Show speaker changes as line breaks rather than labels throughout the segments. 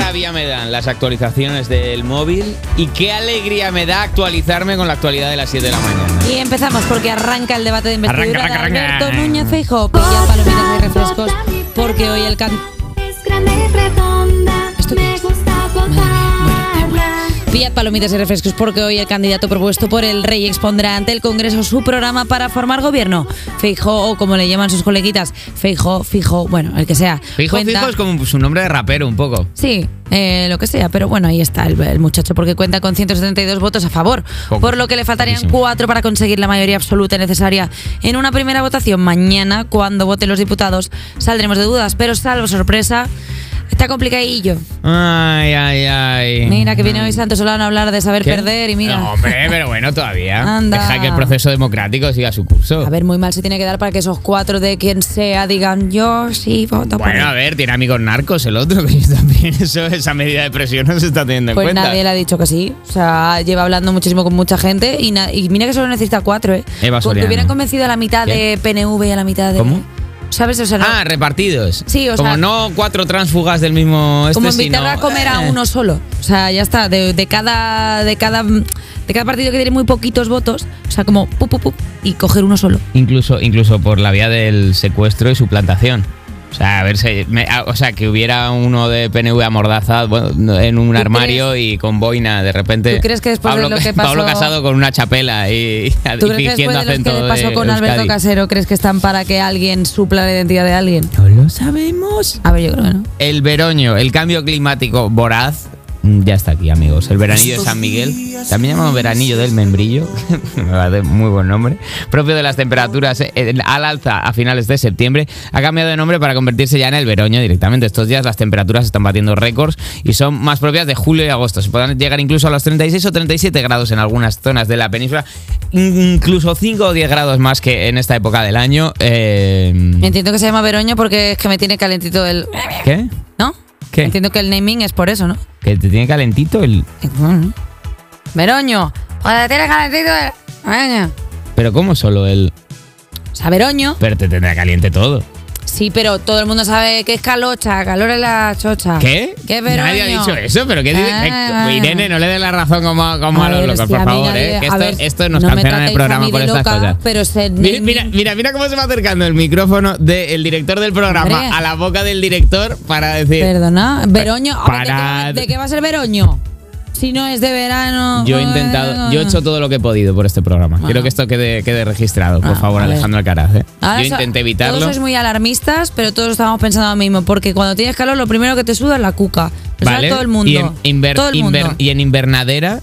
rabia me dan las actualizaciones del móvil y qué alegría me da actualizarme con la actualidad de las 7 de la mañana.
Y empezamos porque arranca el debate de investidura
Arranca, arranca,
de Alberto
arranca.
Núñez Feijóo. Pilla palomitas y refrescos porque hoy el can...
Es grande y redonda.
¿Esto qué
Me
es?
gusta botarla.
Pillad palomitas y refrescos porque hoy el candidato propuesto por el rey expondrá ante el Congreso su programa para formar gobierno. Feijóo, o como le llaman sus coleguitas, Feijóo, Fijo, bueno, el que sea.
Fijo,
cuenta-
fijo es como su nombre de rapero un poco.
Sí, eh, lo que sea, pero bueno, ahí está el, el muchacho porque cuenta con 172 votos a favor,
Poco,
por lo que le faltarían
poquísimo.
cuatro para conseguir la mayoría absoluta necesaria. En una primera votación mañana, cuando voten los diputados, saldremos de dudas, pero salvo sorpresa, está complicadillo.
Ay, ay, ay.
Mira que viene hoy Santos Solano a hablar de saber
¿Qué?
perder y mira...
No, hombre, pero bueno, todavía.
Anda.
Deja que el proceso democrático siga su curso.
A ver, muy mal se tiene que dar para que esos cuatro de quien sea digan yo sí voto por
bueno, a
él".
ver, tiene amigos narcos el otro, que también eso, esa medida de presión no se está teniendo
Pues
en cuenta.
nadie le ha dicho que sí. O sea, lleva hablando muchísimo con mucha gente y, na- y mira que solo necesita cuatro, ¿eh?
Eva
Con que
Soriano.
hubieran convencido a la mitad
¿Qué?
de PNV y a la mitad de.
¿Cómo?
¿Sabes? O sea, no-
Ah, repartidos.
Sí, o
Como
sea-
no cuatro tránsfugas del mismo este,
como invitar
sino-
a comer a
Eh.
uno solo. O sea, ya está. De, de cada. de cada. de cada partido que tiene muy poquitos votos. O sea, como pup, pup, pup, y coger uno solo.
Incluso, incluso por la vía del secuestro y suplantación. O sea, a ver, si- me- a- o sea, que hubiera uno de PNV amordazado bueno, en un
¿Tú
armario y con boina de repente.
¿Tú crees que después de
Pablo,
lo que
Pablo
pasó-
Casado con una chapela y, y
¿Tú crees
fingiendo
que después de lo
acento
que le pasó
de
con Alberto
Euskadi?
Casero, crees que están para que alguien supla la identidad de alguien?
No lo sabemos.
A ver, yo creo que no.
El veroño, el cambio climático voraz. mm, Ya está aquí, amigos. El veranillo de San Miguel, también llamado veranillo del membrillo, me parece muy buen nombre, propio de las temperaturas eh, en- al alza a finales de septiembre, ha cambiado de nombre para convertirse ya en el veroño directamente. Estos días las temperaturas están batiendo récords y son más propias de julio y agosto. Se podrán llegar incluso a los 36 o 37 grados en algunas zonas de la península, in- incluso 5 o 10 grados más que en esta época del año. Eh,
Entiendo que se llama Veroño porque es que me tiene calentito el.
¿Qué?
¿No?
¿Qué?
Entiendo que el naming es por eso, ¿no?
¿Que te tiene calentito el,
Veroño. Joder, tienes calentito el- Veroño.
Pero ¿cómo solo el...?
O sea, Veroño.
Pero te tendrá caliente todo.
Sí, pero todo el mundo sabe que es calocha, calor es la chocha.
¿Qué?
Ah, ¿Qué es Veroño?
Nadie ha dicho eso, pero ¿qué dice?
Ah.
Eh, Irene, no le des la razón como, como a,
A
los
ver,
locos,
sí,
por
a mí
favor,
nadie-
¿eh? Que
a
esto,
ver,
esto nos
no me
cancelan el
tratéis a
programa
mí
por
de
estas
loca,
cosas.
pero se-
mira, mira, mira, mira cómo se va acercando el micrófono del director del programa
Hombre.
a la boca del director para decir...
Perdona, Veroño. A ver, ¿de qué
eh, Parad.
va- ¿de, qué, va a ser Veroño? Si no es de verano.
Yo he intentado, yo he hecho todo lo que he podido por este programa.
Ah.
Quiero que esto quede, quede registrado, por
Ah,
favor,
vale.
Alejandro Alcaraz. ¿eh?
Ahora
Yo
so-
intenté evitarlo.
Todos sois muy alarmistas, pero todos estábamos pensando lo mismo. Porque cuando tienes calor, lo primero que te suda es la cuca. Lo sabe todo el mundo.
Y en, inver-
todo el mundo.
inver- y en invernadera,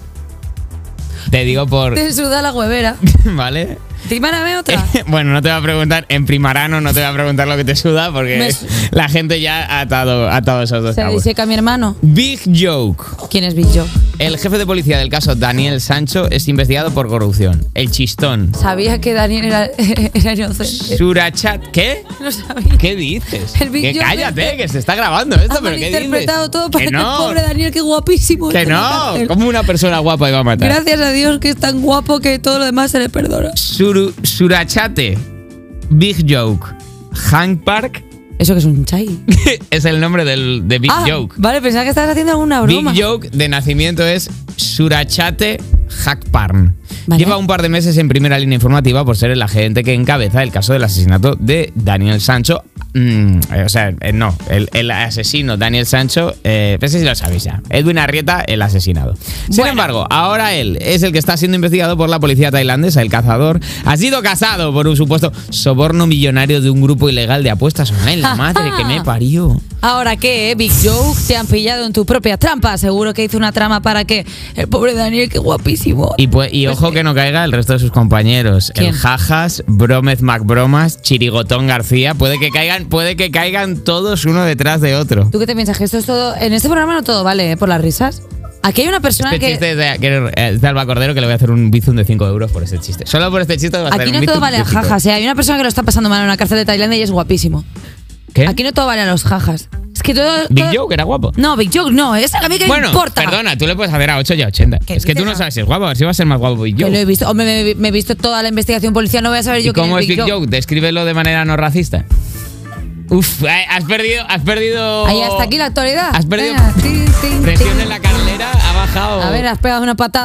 te digo por.
Te suda la huevera.
¿Vale?
Dímame otra.
bueno, no te va a preguntar, en primarano no te va a preguntar lo que te suda porque
Me su-
la gente ya ha atado, ha atado esos dos
Se
cabos.
dice que a mi hermano.
Big Joke.
¿Quién es Bill Joe?
El jefe de policía del caso Daniel Sancho es investigado por corrupción. El chistón.
Sabía que Daniel era, era inocente.
Surachat. ¿é?
No sabía.
Eh, ¿Qué dices?
El Big
que
Joke
cállate,
del-
que se está grabando esto,
Han
pero ¿qué dices?
interpretado todo para
que
que el
no,
pobre Daniel, qué guapísimo.
que
esté en la
no.
cárcel.
¿Cómo una persona guapa iba a matar?
Gracias a Dios que es tan guapo que todo lo demás se le perdona.
Suru- Surachate, Big Joke, Hank Park
¿Eso que es un chai?
es el nombre del, de Big
ah,
Joke.
Vale, pensaba que estabas haciendo alguna broma.
Big Joke de nacimiento es Surachate Hakparn.
Vale.
Lleva un par de meses en primera línea informativa por ser el agente que encabeza el caso del asesinato de Daniel Sancho. Mm, eh, o sea, eh, no, el, el asesino Daniel Sancho, eh, no sé si lo sabéis ya. Edwin Arrieta, el asesinado. Sin embargo, ahora él es el que está siendo investigado por la policía tailandesa. El cazador ha sido casado por un supuesto soborno millonario de un grupo ilegal de apuestas online. La madre que me parió.
Ahora que, Big Joke, te han pillado en tu propia trampa. Seguro que hizo una trama para que el pobre Daniel, qué guapísimo.
Y, pues, y ojo que no caiga el resto de sus compañeros.
¿Quién?
El Jajas, Bromez McBromas, Chirigotón García. Puede que caigan, puede que caigan todos uno detrás de otro. Este
¿Tú qué te piensas? Que esto es todo. En este programa no todo vale, ¿eh? Por las risas. Aquí hay una persona
Este
que.
chiste es de, que- es de Alba Cordero que le voy a hacer un bizum de 5 euros por ese chiste. Solo por este chiste va a hacer
Aquí
un
no todo
bizum
vale
de
a
cinco.
jajas, ¿eh? Hay una persona que lo está pasando mal en una cárcel de Tailandia y es guapísimo.
¿Qué?
Aquí no todo vale a los jajas. Es que todo.
¿Eh? Big
todo-
Joe, que era guapo.
No, Big Joke no. Es a mí que
bueno,
me importa.
perdona, tú le puedes hacer a 8 y a 80.
¿Qué
Es que tú
dices,
no
no?
sabes si es guapo, a ver si va a ser más guapo Big
Que lo
Joe.
he visto. Hombre, me, me- me he visto toda la investigación policial. No voy a saber
¿Y
yo quién
cómo es Big
Big Joke.
Joe? Descríbelo de manera no racista. Uf, eh, has perdido, has perdido.
Ahí hasta aquí la actualidad.
Has perdido
Venga, tin, tin,
Presión
tin.
en la carrera, ha bajado.
A ver, has pegado una patada.